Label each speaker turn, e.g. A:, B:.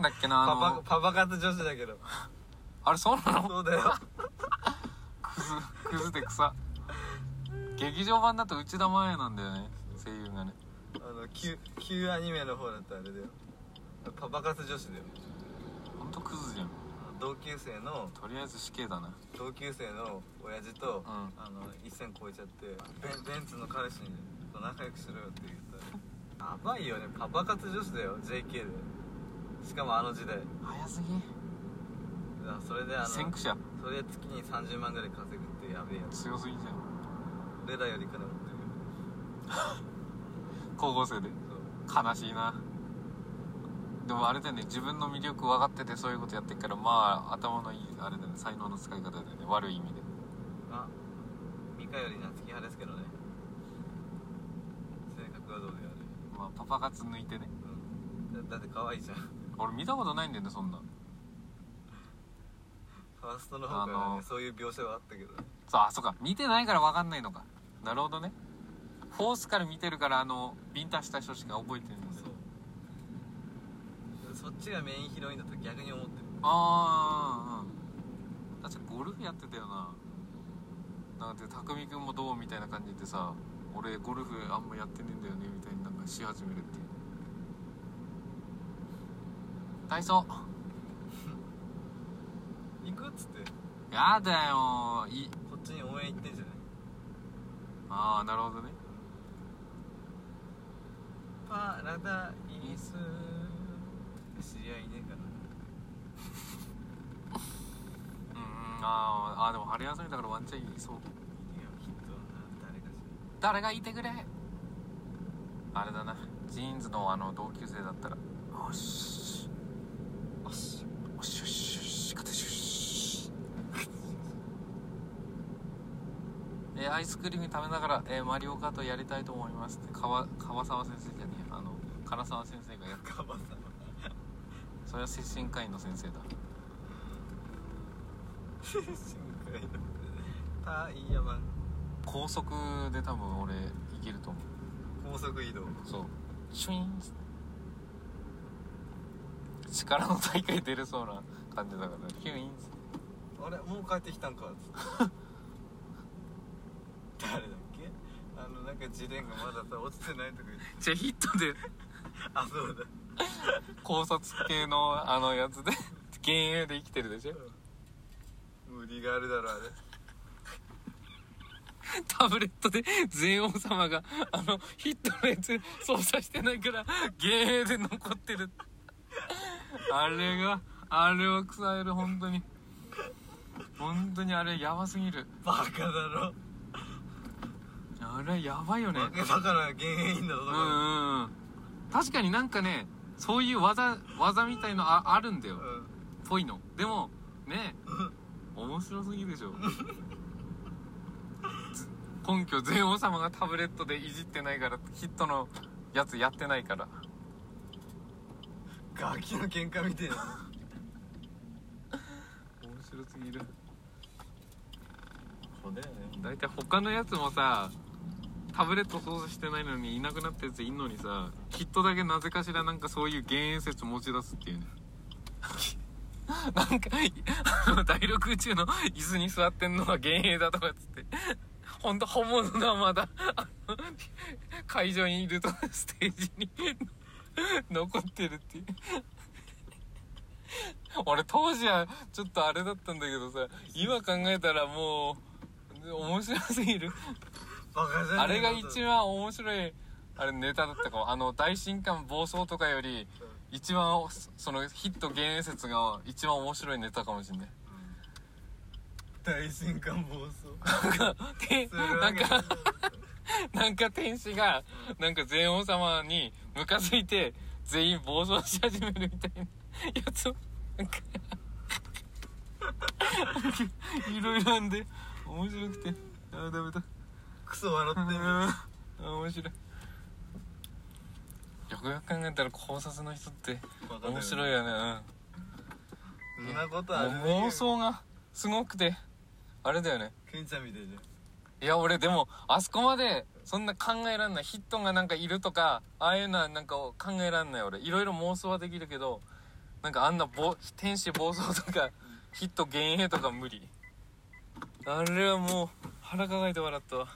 A: だっけな、あ
B: パ
A: の
B: パ、パパ活女子 だけど
A: あれそうなの
B: そうだよ
A: クズ、クズで草。劇場版だと内田真礼なんだよね、声優がね。
B: あの旧旧アニメの方だったらあれだよパパ活女子だよ
A: ほんとクズじゃん。
B: 同級生の
A: とりあえず死刑だな。
B: 同級生の親父と、
A: ん
B: あの一線超えちゃってベンベンツの彼氏と仲良くしろよって言ったらやばいよねパパ活女子だよ JK でしかもあの時代
A: 早すぎ。
B: あそれであの
A: 先駆者。
B: それで月に30万ぐらい稼ぐってやべえやつ
A: 強すぎじゃん。
B: 俺らより金持ってるよ
A: 高校生で。
B: そう
A: 悲しいな。でもあれだよね、自分の魅力分かっててそういうことやってっから、まあ、頭のいい、あれだよね、才能の使い方だよね、悪い意味で。
B: あミカより夏希派ですけどね性格はどうであれ
A: まあ、パパ活抜いてね。
B: うんだだって可愛いじゃんフ
A: 俺見たことないんだよね、そんな。
B: ァーストの方からね、
A: あの
B: そういう描写はあったけど
A: そう、あ、そうか。見てないから分かんないのか。なるほどね。フォースから見てるから、あの、ビンタした人しか覚えてるんです
B: そ
A: よ。
B: うそっちがメインヒロインだと逆に思ってる
A: あー、うんうん。確かゴルフやってたよな。なんかで、匠くんもどうみたいな感じでさ、俺ゴルフあんまやってねえんだよね、みたいになんかし始めるっていう。体操
B: 行くっつって
A: やだよい、
B: こっちに応援行ってんじゃない
A: あー、なるほどね。
B: パラダイス知り合いいねえか
A: うんうん、あー、あーでも春休みだからワンチャンいそう。
B: ないやきっとな誰かし
A: 誰がいてくれあれだなジーンズのあの同級生だったらおっし
B: らあっし
A: おっしおっしおっし勝てしおっしえーアイスクリーム食べながら、えーマリオカートやりたいと思いますって川川沢先生じゃねえあの唐沢先生がやっ
B: カバさん
A: それは精神科医の先生だ
B: 精神科医のタイヤマン
A: 高速で多分俺いけると思
B: 高速移動
A: うそうシュイーン力の大会出れそうな感じだからヒュイーン
B: あれもう帰ってきたんか つって誰だっけあのなんか自伝がまださ落ちてないとか言って
A: じゃあヒットで
B: あそうだ
A: 考察系のあのやつで幻影で生きてるでしょ
B: 無理があるだろあれ
A: タブレットで全王様があのヒットのやつ操作してないから幻影で残ってるあれがあれは腐える本当に本当にあれやばすぎる
B: バカだろ
A: あれやばいよね
B: バカだから原因だ
A: う
B: ぞ
A: んうん確かになんかねそういう技技みたいのああるんだよ
B: うん
A: ぽいのでもねえ面白すぎでしょず根拠全王様がタブレットでいじってないからヒットのやつやってないから
B: ガキの喧嘩みたいな
A: 面白すぎる
B: そうだよね
A: 大体他のやつもさタブレット操作してないのにいなくなったやついんのにさヒットだけなぜかしらなんかそういう幻影説持ち出すっていうね なんかい あの第六宇宙の椅子に座ってんのは幻影だとかっつってほんと本物だまだ あの会場にいるとステージに 残ってるっていう 俺当時はちょっとあれだったんだけどさ今考えたらもう面白すぎる
B: バカじゃねえ
A: あれが一
B: 応
A: 番面白いあれネタだったかもあの大神官暴走とかより一番おそのヒット幻影説が一番面白いネタかもしんない
B: 大神官暴走
A: なんかて
B: する
A: な
B: わ
A: ん
B: けないだろ
A: かなんか天使がなんか全王様にムカついて全員暴走し始めるみたいなやつをなん か いろいろあんで面白くてあダメだ
B: クソ笑ってる
A: うん面白いよくよく考えたら考察の人って
B: バカだよね
A: 面白いよね
B: そんなことあ
A: う
B: る
A: んもう妄想がすごくてあれだよね
B: ケンちゃんみたいじゃん
A: いや俺でもあそこまでそんな考えらんないヒットがなんかいるとかああいうのはなんか考えらんない俺いろいろ妄想はできるけどなんかあんな暴天使暴走とかヒット幻影とか無理あれはもう腹抱えて笑ったわ